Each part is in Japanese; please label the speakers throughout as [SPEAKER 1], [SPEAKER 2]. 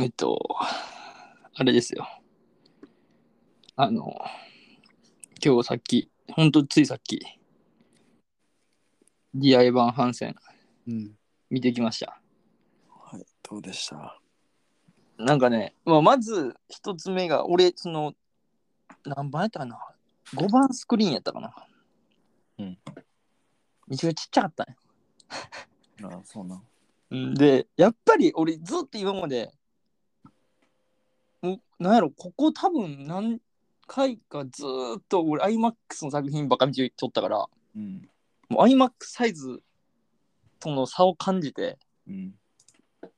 [SPEAKER 1] えっと、あれですよ。あの、今日さっき、ほんとついさっき、DI 版ハンセン
[SPEAKER 2] うん。
[SPEAKER 1] 見てきました。
[SPEAKER 2] はい、どうでした
[SPEAKER 1] なんかね、まあ、まず一つ目が、俺、その、何番やったかな ?5 番スクリーンやったかな
[SPEAKER 2] うん。
[SPEAKER 1] めちゃくちゃちっちゃかったね。
[SPEAKER 2] あそうなん。
[SPEAKER 1] うんで、やっぱり俺ずっと今まで、もうなんやろ、ここ多分何回かずーっと俺 iMAX の作品ばっか見て撮ったから、
[SPEAKER 2] うん。
[SPEAKER 1] もう iMAX サイズとの差を感じて、
[SPEAKER 2] うん。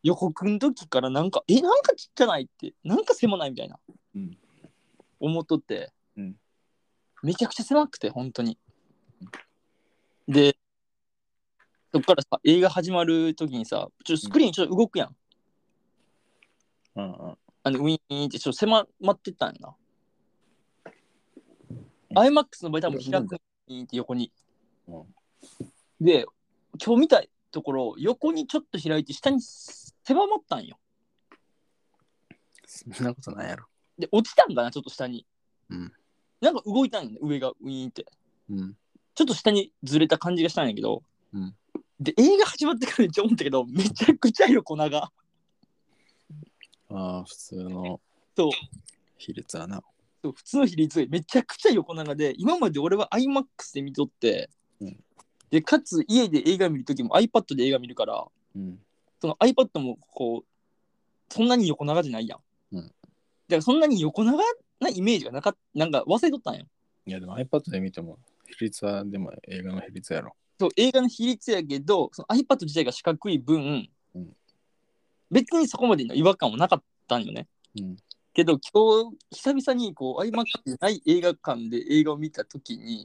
[SPEAKER 1] 予告の時からなんか、え、なんかちっちゃないって、なんか狭ないみたいな、
[SPEAKER 2] うん
[SPEAKER 1] 思っとって、
[SPEAKER 2] うん
[SPEAKER 1] めちゃくちゃ狭くて、本当に。で、そっからさ、映画始まる時にさ、ちょっとスクリーンちょっと動くやん。
[SPEAKER 2] うんうん。
[SPEAKER 1] あのウィーンってちょっと狭まってったんやな。
[SPEAKER 2] うん
[SPEAKER 1] iMAX の場合多分開くウィーンって横に。
[SPEAKER 2] うん
[SPEAKER 1] で、今日見たところ、横にちょっと開いて下に狭まったんよ。
[SPEAKER 2] そんなことないやろ。
[SPEAKER 1] で、落ちたんかな、ちょっと下に。
[SPEAKER 2] うん
[SPEAKER 1] なんか動いたんよね、上がウィーンって。
[SPEAKER 2] うん。
[SPEAKER 1] ちょっと下にずれた感じがしたんやけど。
[SPEAKER 2] うん
[SPEAKER 1] で、映画始まってからめっちゃ思ったけど、めちゃくちゃよ、粉が。
[SPEAKER 2] ああ、普通の
[SPEAKER 1] そう。
[SPEAKER 2] 比率はな。
[SPEAKER 1] そう普通の比率よりめちゃくちゃ横長で今まで俺は iMAX で見とって、
[SPEAKER 2] うん
[SPEAKER 1] でかつ家で映画見る時も iPad で映画見るから
[SPEAKER 2] うん。
[SPEAKER 1] その iPad もこうそんなに横長じゃないやん、
[SPEAKER 2] うん
[SPEAKER 1] だからそんなに横長なイメージがなかっなんか忘れとったんや
[SPEAKER 2] いや、でも iPad で見ても、比率はでも映画の比率やろ。
[SPEAKER 1] そう映画の比率やけどその iPad 自体が四角い分、
[SPEAKER 2] うん
[SPEAKER 1] 別にそこまでの違和感もなかったんよね
[SPEAKER 2] うん。
[SPEAKER 1] けど今日久々にこう iMac でない映画館で映画を見た時に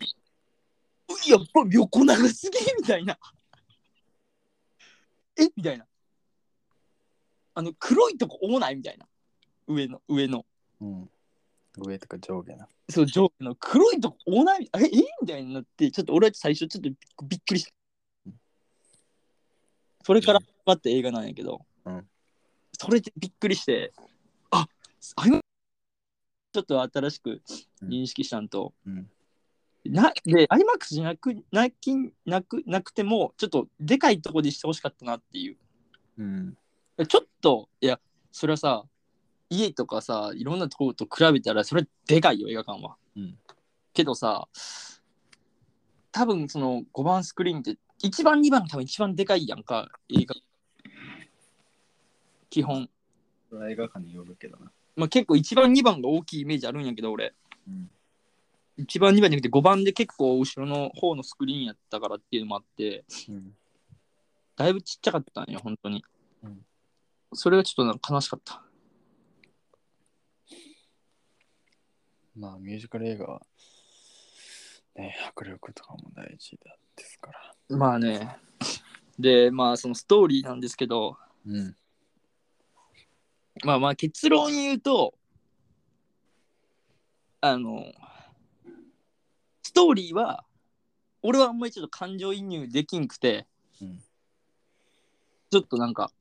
[SPEAKER 1] うやっぱ横長すぎみたいな えみたいなあの黒いとこ多ないみたいな上の上の
[SPEAKER 2] うん。上とか上下な。
[SPEAKER 1] そう上下の黒いとこ多ないええみたいになってちょっと俺は最初ちょっとびびっくりしたそれから始まった映画なんやけど、
[SPEAKER 2] うん
[SPEAKER 1] それでびっくりしてああ今ちょっと新しく認識したんと、
[SPEAKER 2] うん。
[SPEAKER 1] なで iMAX じゃなくなきなくなくてもちょっとでかいとこでしてほしかったなっていう
[SPEAKER 2] うん。
[SPEAKER 1] ちょっといやそれはさ家とかさいろんなとこと比べたらそれでかいよ映画館は、
[SPEAKER 2] うん
[SPEAKER 1] けどさ多分その5番スクリーンって1番2番が多分一番でかいやんか映画基本、
[SPEAKER 2] 映画館によるけどな。
[SPEAKER 1] まあ、結構1番2番が大きいイメージあるんやけど俺
[SPEAKER 2] うん。
[SPEAKER 1] 1番2番じゃなくて5番で結構後ろの方のスクリーンやったからっていうのもあって
[SPEAKER 2] うん。
[SPEAKER 1] だいぶちっちゃかったんよ本当に、
[SPEAKER 2] うん
[SPEAKER 1] それがちょっとなんか悲しかった
[SPEAKER 2] まあ、ミュージカル映画は、ね、迫力とかも大事だですから。
[SPEAKER 1] まあね。で、まあそのストーリーなんですけど、
[SPEAKER 2] うん。
[SPEAKER 1] まあまあ結論言うと、あの、ストーリーは、俺はあんまりちょっと感情移入できんくて、
[SPEAKER 2] うん
[SPEAKER 1] ちょっとなんか、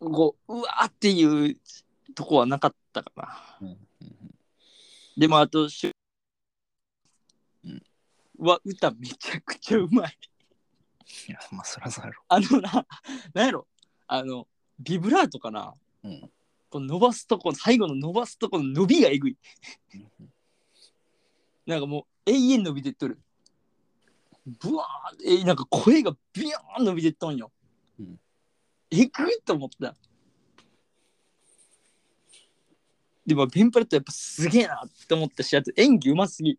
[SPEAKER 1] こう、うわーっていうとこはなかったかな。
[SPEAKER 2] うん
[SPEAKER 1] でもあと、しゅ
[SPEAKER 2] うん
[SPEAKER 1] は歌めちゃくちゃうまい。
[SPEAKER 2] いや、まあ、そらそうやろ。
[SPEAKER 1] あのな、なんやろ、あの、ビブラートかな。
[SPEAKER 2] うん。
[SPEAKER 1] この伸ばすとこ、最後の伸ばすとこの伸びがえぐい。なんかもう永遠伸びてっとる。ブワーンえ、なんか声がビヨーン伸びてっとんよ。
[SPEAKER 2] うん
[SPEAKER 1] えぐいと思った。でも、ベンプラットやっぱすげえなって思ったし、あと演技うますぎ。
[SPEAKER 2] い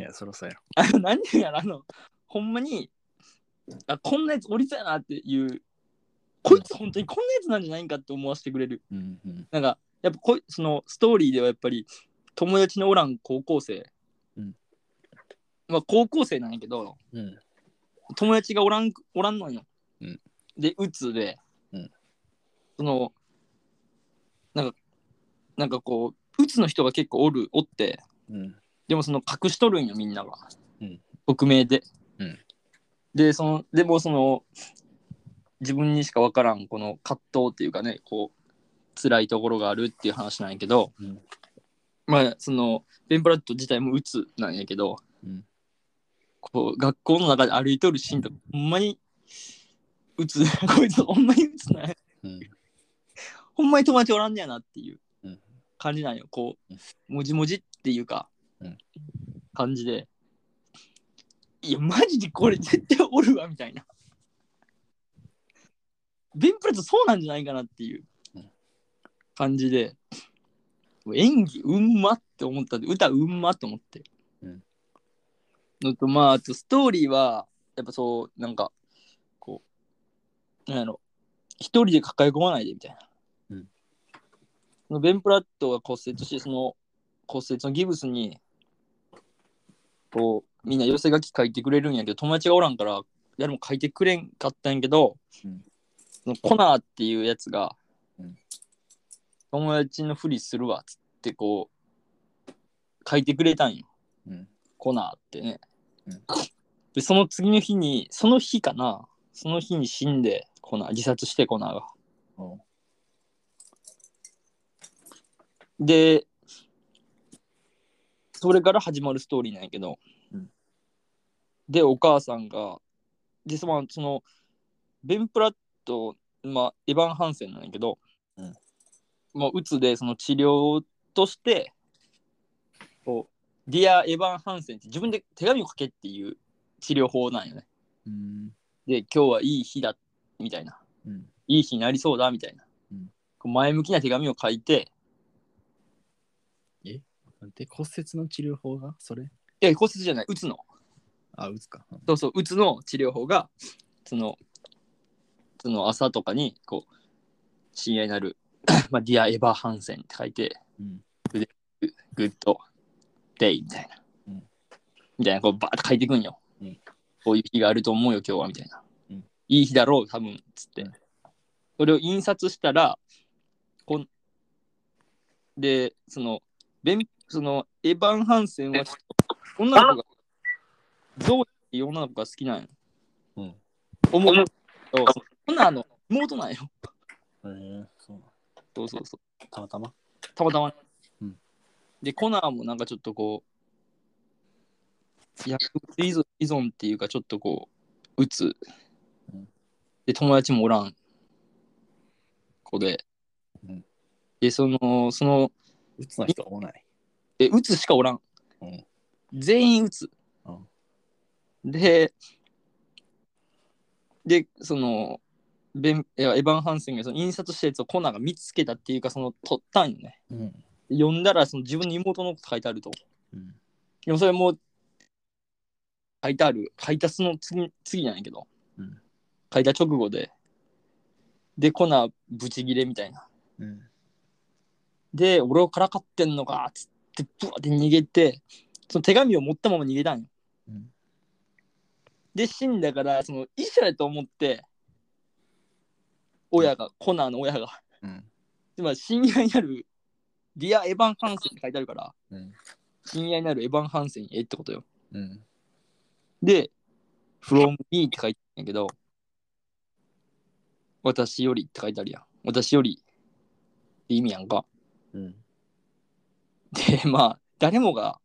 [SPEAKER 2] や、そらそうやろ。
[SPEAKER 1] あの、なんていうんやろ、あの、ほんまに、あ、こんなやつおりそうやなっていう、こいつ本当にこんなやつなんじゃないんかって思わせてくれる。
[SPEAKER 2] うんうん
[SPEAKER 1] なんか、やっぱこいそのストーリーではやっぱり、友達のおらん高校生。
[SPEAKER 2] うん
[SPEAKER 1] まあ、高校生なんやけど、
[SPEAKER 2] うん
[SPEAKER 1] 友達がおらん、おらんのよ。
[SPEAKER 2] うん
[SPEAKER 1] で、うつで、
[SPEAKER 2] うん
[SPEAKER 1] その、なんか、なんかこう、うつの人が結構おる、おって、
[SPEAKER 2] うん
[SPEAKER 1] でもその隠しとるんよみんなが、
[SPEAKER 2] うん
[SPEAKER 1] 匿名で、
[SPEAKER 2] うん
[SPEAKER 1] でそのでもその自分にしか分からんこの葛藤っていうかねこう辛いところがあるっていう話なんやけど、
[SPEAKER 2] うん
[SPEAKER 1] まあそのベン・プラット自体も鬱なんやけど、
[SPEAKER 2] うん
[SPEAKER 1] こう学校の中で歩いとるシーンとかほんまに鬱 こいつほんまに鬱なんや
[SPEAKER 2] うん
[SPEAKER 1] ほんまに友達おらんねやなっていう
[SPEAKER 2] うん
[SPEAKER 1] 感じなんよこ
[SPEAKER 2] うん
[SPEAKER 1] うもじもじっていうか、
[SPEAKER 2] うん
[SPEAKER 1] 感じでいやマジでこれ絶対おるわみたいなベンプラトそうなんじゃないかなっていう
[SPEAKER 2] うん
[SPEAKER 1] 感じでもう演技うんまって思ったんで歌うんまって思って、
[SPEAKER 2] うん
[SPEAKER 1] のとまああとストーリーはやっぱそうなんかこうなんやろ一人で抱え込まないでみたいなそのベンプラットが骨折して、その骨折のギブスに、こう、みんな寄せ書き書いてくれるんやけど、友達がおらんから、誰も書いてくれんかったんやけど、
[SPEAKER 2] うん
[SPEAKER 1] そのコナーっていうやつが、
[SPEAKER 2] うん
[SPEAKER 1] 友達のふりするわっつって、こう、書いてくれたんよ、
[SPEAKER 2] うん
[SPEAKER 1] コナーってね。
[SPEAKER 2] うん
[SPEAKER 1] で、その次の日に、その日かな、その日に死んで、コナー、自殺してコナーが。
[SPEAKER 2] おう
[SPEAKER 1] で、それから始まるストーリーなんやけど、
[SPEAKER 2] うん
[SPEAKER 1] で、お母さんが、で、その、そのベン・プラット、まあ、エヴァン・ハンセンなんやけど、
[SPEAKER 2] うん
[SPEAKER 1] まあ、うつで、その治療として、こう、ディア・エヴァン・ハンセンって自分で手紙を書けっていう治療法なんよね。
[SPEAKER 2] うん
[SPEAKER 1] で、今日はいい日だ、みたいな。
[SPEAKER 2] うん
[SPEAKER 1] いい日になりそうだみたいな、
[SPEAKER 2] うん
[SPEAKER 1] こう前向きな手紙を書いて
[SPEAKER 2] で骨折の治療法がそれ
[SPEAKER 1] いや骨折じゃない鬱の
[SPEAKER 2] あ打つかうん
[SPEAKER 1] そうそう鬱の治療法がそのその朝とかにこう親愛なる、 まあ、ディア・エヴァ・ハンセンって書いて
[SPEAKER 2] うん
[SPEAKER 1] グッドデイみたいな、
[SPEAKER 2] うん
[SPEAKER 1] みたいなこうバーッと書いてくんよ、
[SPEAKER 2] うん
[SPEAKER 1] こういう日があると思うよ今日はみたいな、
[SPEAKER 2] うん
[SPEAKER 1] いい日だろう多分っつって、
[SPEAKER 2] うん
[SPEAKER 1] それを印刷したらこんでそのベンそのエヴァン・ハンセンは女の子がゾウっていう女の子が好きなんよ、
[SPEAKER 2] うん
[SPEAKER 1] 思うとほなあの妹なんよ
[SPEAKER 2] えー、そうな
[SPEAKER 1] そうそうそう
[SPEAKER 2] のたまたま
[SPEAKER 1] たまたまね、
[SPEAKER 2] うん
[SPEAKER 1] でコナーもなんかちょっとこう薬物依存依存っていうかちょっとこううつ
[SPEAKER 2] うん
[SPEAKER 1] で友達もおらん子で、
[SPEAKER 2] うん
[SPEAKER 1] でそのその
[SPEAKER 2] 打つの人おない
[SPEAKER 1] えうつしかおらん、
[SPEAKER 2] うん
[SPEAKER 1] 全員うつ、
[SPEAKER 2] うん
[SPEAKER 1] ででそのベンいやエヴァン・ハンセンがその印刷したやつをコナーが見つけたっていうかその取ったんよね、
[SPEAKER 2] うん
[SPEAKER 1] 読んだらその自分の妹のこと書いてあると。
[SPEAKER 2] うん
[SPEAKER 1] でもそれも書いてある、書いたその次次なんやけど、
[SPEAKER 2] うん
[SPEAKER 1] 書いた直後で、で、コナーブチギレみたいな。
[SPEAKER 2] うん
[SPEAKER 1] で、俺をからかってんのかっつって、ブワーって逃げて、その手紙を持ったまま逃げたんよ。
[SPEAKER 2] うん
[SPEAKER 1] で、死んだから、その医者やと思って、親が、コナーの親が、
[SPEAKER 2] うん
[SPEAKER 1] つまり親愛なる、ディア・エヴァン・ハンセンって書いてあるから、
[SPEAKER 2] うん
[SPEAKER 1] 親愛なるエヴァン・ハンセンへってことよ。
[SPEAKER 2] うん
[SPEAKER 1] で、from me って書いてあるんやけど、私よりって書いてあるやん。私よりって意味やんか。
[SPEAKER 2] うん
[SPEAKER 1] で、まあ、誰もが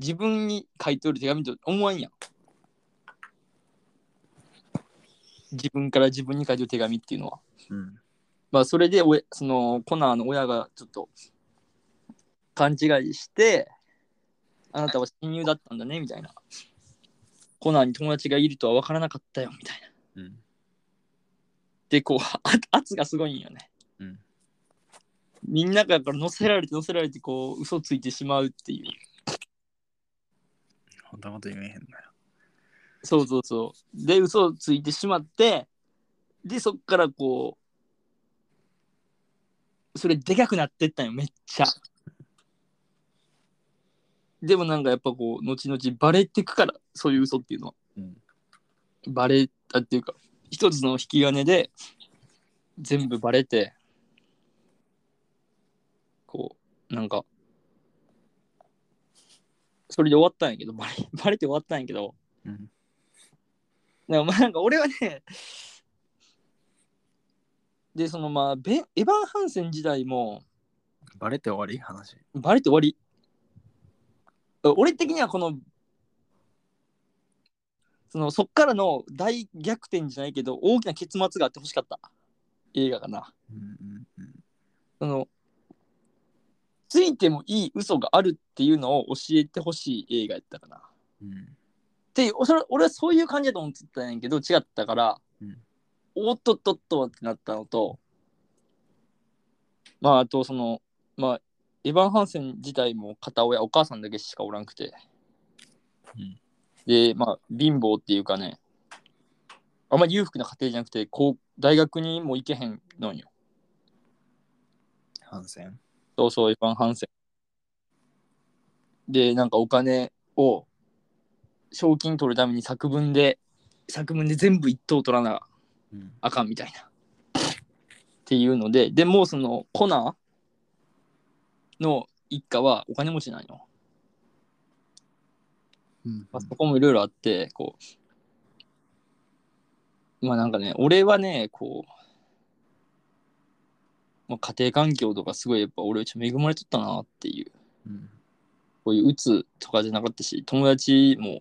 [SPEAKER 1] 自分に書いておる手紙と思わんやん。自分から自分に書いてる手紙っていうのは。
[SPEAKER 2] うん
[SPEAKER 1] まあ、それでおやそのコナーの親がちょっと勘違いして、あなたは親友だったんだね、みたいな。コナーに友達がいるとは分からなかったよ、みたいな。
[SPEAKER 2] うん
[SPEAKER 1] でこうあ圧がすごいんよね、
[SPEAKER 2] うん
[SPEAKER 1] みんながこれ乗せられて乗せられてこう嘘ついてしまうっていう
[SPEAKER 2] ほんとのこと言えへんなよ
[SPEAKER 1] そうそうそうで嘘をついてしまってでそっからこうそれでかくなってったんよめっちゃでもなんかやっぱこう後々バレてくからそういう嘘っていうのは
[SPEAKER 2] うん
[SPEAKER 1] バレたっていうか一つの引き金で全部バレてこうなんかそれで終わったんやけどバレバレて終わったんやけど
[SPEAKER 2] うん
[SPEAKER 1] なんかまあなんか俺はねで、そのまあ、ベンエヴァン・ハンセン時代も、
[SPEAKER 2] バレて終わり話。
[SPEAKER 1] バレて終わり。俺的にはこの、そのそっからの大逆転じゃないけど、大きな結末があってほしかった映画かな。
[SPEAKER 2] うんうんうん。
[SPEAKER 1] その、ついてもいい嘘があるっていうのを教えてほしい映画やったかな。
[SPEAKER 2] うん
[SPEAKER 1] ってそれ俺はそういう感じだと思ってたんやけど違ったから、
[SPEAKER 2] うん
[SPEAKER 1] おっとっとっとってなったのとまああとそのまあエヴァン・ハンセン自体も片親お母さんだけしかおらんくて、
[SPEAKER 2] うん
[SPEAKER 1] でまあ貧乏っていうかねあんまり裕福な家庭じゃなくてこう大学にも行けへんのんよ
[SPEAKER 2] ハンセン。
[SPEAKER 1] そうそう、エヴァン・ハンセン。で、なんかお金を賞金取るために作文で、作文で全部一等取らな
[SPEAKER 2] うん。
[SPEAKER 1] あかんみたいな。っていうので、でもうそのコナーの一家はお金持ちなんよ。
[SPEAKER 2] うん
[SPEAKER 1] まあ、そこもいろいろあって、こう、まあなんかね、俺はね、こう、まあ、家庭環境とかすごいやっぱ俺ちょっと恵まれとったなっていう。
[SPEAKER 2] うん
[SPEAKER 1] こういう鬱とかじゃなかったし、友達も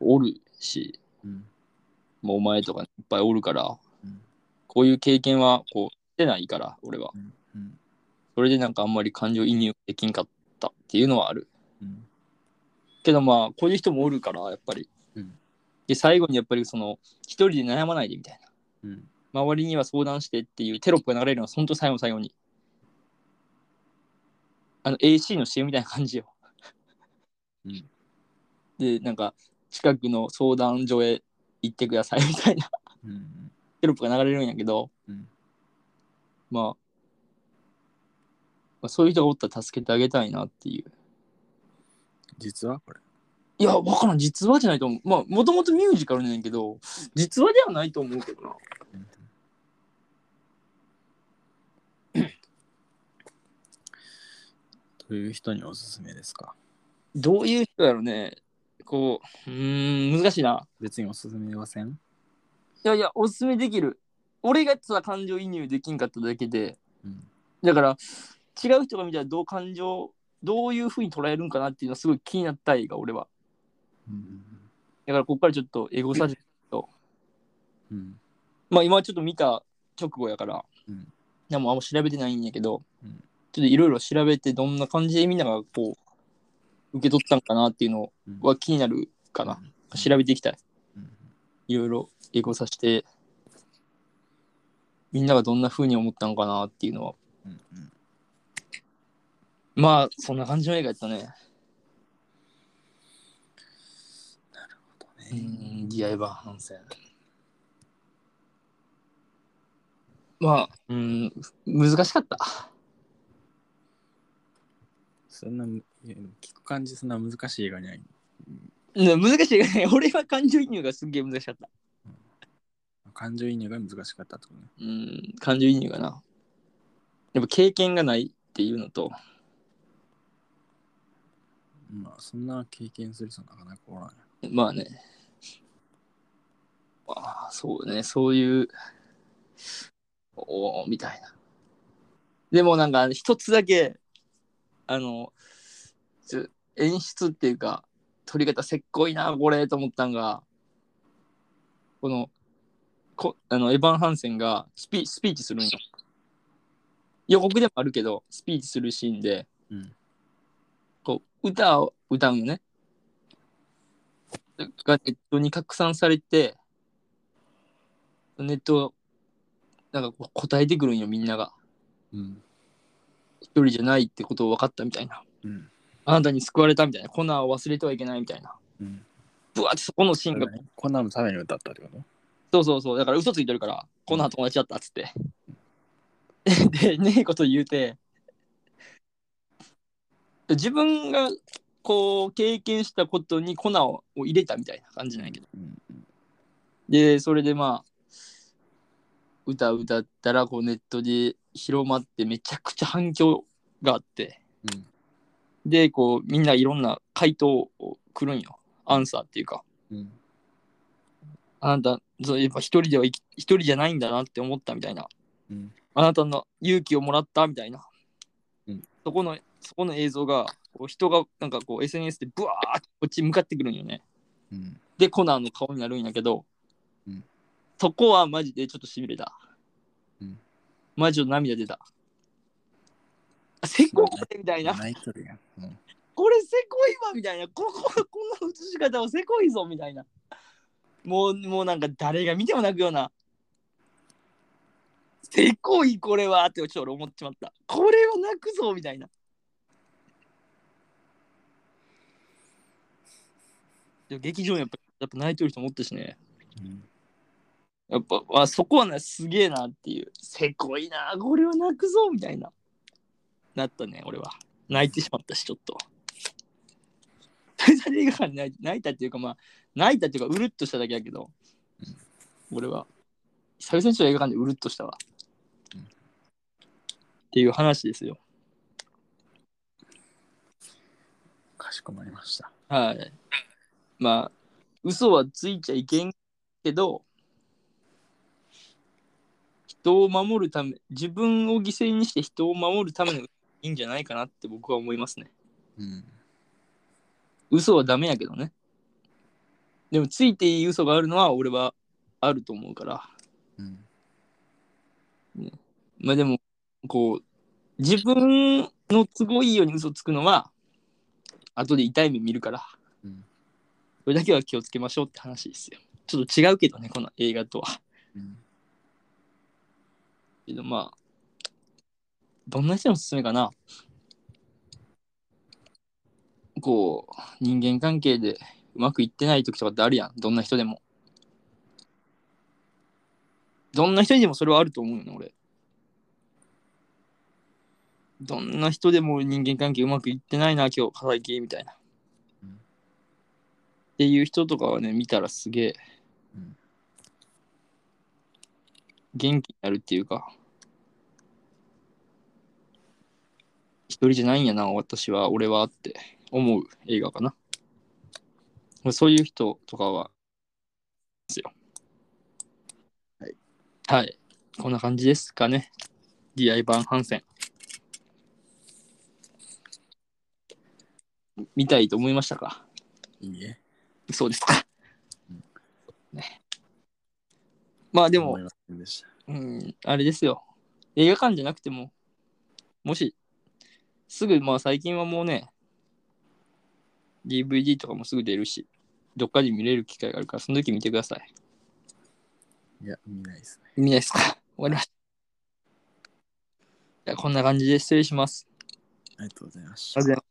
[SPEAKER 1] おるし、
[SPEAKER 2] うん
[SPEAKER 1] もうお前とかいっぱいおるから、
[SPEAKER 2] うん
[SPEAKER 1] こういう経験はこうしてないから、俺は。
[SPEAKER 2] うん
[SPEAKER 1] それでなんかあんまり感情移入できんかったっていうのはある。
[SPEAKER 2] うん
[SPEAKER 1] けどまあ、こういう人もおるから、やっぱり。
[SPEAKER 2] うん
[SPEAKER 1] で、最後にやっぱりその、一人で悩まないでみたいな。
[SPEAKER 2] うん
[SPEAKER 1] 周りには相談してっていうテロップが流れるのは、本当最後の最後に。あの、AC の CM みたいな感じよ。
[SPEAKER 2] うん
[SPEAKER 1] で、なんか、近くの相談所へ行ってくださいみたいな
[SPEAKER 2] うん
[SPEAKER 1] テロップが流れるんやけど、
[SPEAKER 2] うん
[SPEAKER 1] まあ、まあ、そういう人がおったら助けてあげたいなっていう。
[SPEAKER 2] 実はこれ。
[SPEAKER 1] いや、わからん、実話じゃないと思う。まあ、もともとミュージカルなんやけど、実話ではないと思うけどな。
[SPEAKER 2] うんどういう人におすすめですか
[SPEAKER 1] どういう人やろね。こう、うーん、難しいな。
[SPEAKER 2] 別におすすめはせん
[SPEAKER 1] いやいや、おすすめできる。俺がただ感情移入できんかっただけで、
[SPEAKER 2] うん
[SPEAKER 1] だから、違う人が見たらどう感情、どういうふうに捉えるんかなっていうのはすごい気になった映画、俺は。
[SPEAKER 2] うん
[SPEAKER 1] だから、ここからちょっとエゴサージ、
[SPEAKER 2] うん
[SPEAKER 1] まあ今ちょっと見た直後やから、
[SPEAKER 2] うん
[SPEAKER 1] でもあんま調べてないんやけど、
[SPEAKER 2] うん
[SPEAKER 1] ちょっといろいろ調べて、どんな感じでみんながこう、受け取ったんかなっていうの
[SPEAKER 2] うん
[SPEAKER 1] は気になるかな。調べていきたい。
[SPEAKER 2] うん
[SPEAKER 1] いろいろエゴさしてみんながどんな風に思ったのかなっていうのは
[SPEAKER 2] うんうん
[SPEAKER 1] まあそんな感じの映画やったねうんディアイバーハンセンまあうん難しかった
[SPEAKER 2] そんなむ聞く感じそんな難しい映画にない
[SPEAKER 1] ね難しいよね 俺は感情移入がすっげえ難しかった
[SPEAKER 2] 感情移入が難しかったってことね
[SPEAKER 1] うん感情移入がなやっぱ経験がないっていうのと
[SPEAKER 2] まあそんな経験する人なかなかおらんよ
[SPEAKER 1] まあね。ああ、そうね、そういう、おお、みたいな。でもなんか、一つだけ、あの、ちょ演出っていうか、撮り方、せっこいな、これ、と思ったんが、この、こあのエヴァン・ハンセンがスピスピーチするんよ。予告でもあるけど、スピーチするシーンで、
[SPEAKER 2] うん
[SPEAKER 1] こう歌を歌うのね。がネットに拡散されて、ネット、なんかこう答えてくるんよ、みんなが。
[SPEAKER 2] うん
[SPEAKER 1] 一人じゃないってことを分かったみたいな。
[SPEAKER 2] うん
[SPEAKER 1] あなたに救われたみたいな。コナーを忘れてはいけないみたいな。
[SPEAKER 2] うん
[SPEAKER 1] ぶわってそこのシーンが、
[SPEAKER 2] こんなのために歌ったってこと
[SPEAKER 1] そうそうそう。だから嘘ついてるから、コナー友達だったっつって。 で、ねえこと言うて、自分がこう経験したことにコナーを入れたみたいな感じなんやけど。
[SPEAKER 2] うんうん
[SPEAKER 1] で、それでまあ、歌歌ったら、こうネットで広まって、めちゃくちゃ反響があって、
[SPEAKER 2] うん
[SPEAKER 1] で、こう、みんないろんな回答をくるんよ。アンサーっていうか、
[SPEAKER 2] うん
[SPEAKER 1] あなた、そうやっぱ一人では生き、一人じゃないんだなって思ったみたいな。
[SPEAKER 2] うん
[SPEAKER 1] あなたの勇気をもらったみたいな、
[SPEAKER 2] うん
[SPEAKER 1] そこのそこの映像がこう人がなんかこう SNS でブワーってこっちに向かってくるんよね
[SPEAKER 2] うん
[SPEAKER 1] でコナンの顔になるんやけど、
[SPEAKER 2] うん
[SPEAKER 1] そこはマジでちょっとしびれた、
[SPEAKER 2] うん
[SPEAKER 1] マジで涙出たあせこいこれみたいな
[SPEAKER 2] 泣いとるやん、うん
[SPEAKER 1] これせこいわみたいなこここんな映し方はせこいぞみたいなもうもうなんか誰が見ても泣くようなせこいこれはってちょっと俺思っちまったこれは泣くぞみたいなでも劇場にやっぱやっぱ泣いてる人もおったしね
[SPEAKER 2] うん
[SPEAKER 1] やっぱあそこはなすげえなっていうせこいなこれは泣くぞみたいななったね俺は泣いてしまったしちょっと大体映画館に泣い泣いたっていうかまあ泣いたっていうかうるっとしただけだけど俺は久々にちょっと映画館でうるっとしたわ、
[SPEAKER 2] うん
[SPEAKER 1] っていう話ですよ
[SPEAKER 2] かしこまりました
[SPEAKER 1] はいまあ嘘はついちゃいけんけど人を守るため自分を犠牲にして人を守るためのいいんじゃないかなって僕は思いますね
[SPEAKER 2] うん
[SPEAKER 1] 嘘はダメやけどねでもついていい嘘があるのは俺はあると思うから
[SPEAKER 2] うん
[SPEAKER 1] まあでもこう自分の都合いいように嘘つくのは後で痛い目見るから、
[SPEAKER 2] うん
[SPEAKER 1] それだけは気をつけましょうって話ですよちょっと違うけどねこの映画とは
[SPEAKER 2] うん
[SPEAKER 1] けどまあどんな人のおすすめかなこう人間関係でうまくいってない時とかってあるやんどんな人でもどんな人にでもそれはあると思うよね俺どんな人でも人間関係うまくいってないな今日最近みたいな、
[SPEAKER 2] うん
[SPEAKER 1] っていう人とかはね見たらすげえ、
[SPEAKER 2] うん
[SPEAKER 1] 元気になるっていうか一人じゃないんやな私は俺はって思う映画かなそういう人とかはですよ
[SPEAKER 2] はい
[SPEAKER 1] はいこんな感じですかね DI 版反戦見たいと思いましたか
[SPEAKER 2] いいえ
[SPEAKER 1] そうですか
[SPEAKER 2] うん。
[SPEAKER 1] ね、まあでも
[SPEAKER 2] 思い、ませんでした
[SPEAKER 1] うん、あれですよ。映画館じゃなくても、もし、すぐ、まあ最近はもうね、DVD とかもすぐ出るし、どっかで見れる機会があるから、その時見てください。
[SPEAKER 2] いや見ないですね
[SPEAKER 1] 見ないですか終わりました。じゃあこんな感じで失礼します。
[SPEAKER 2] ありがとうございまし
[SPEAKER 1] あ
[SPEAKER 2] た
[SPEAKER 1] りがとうございます。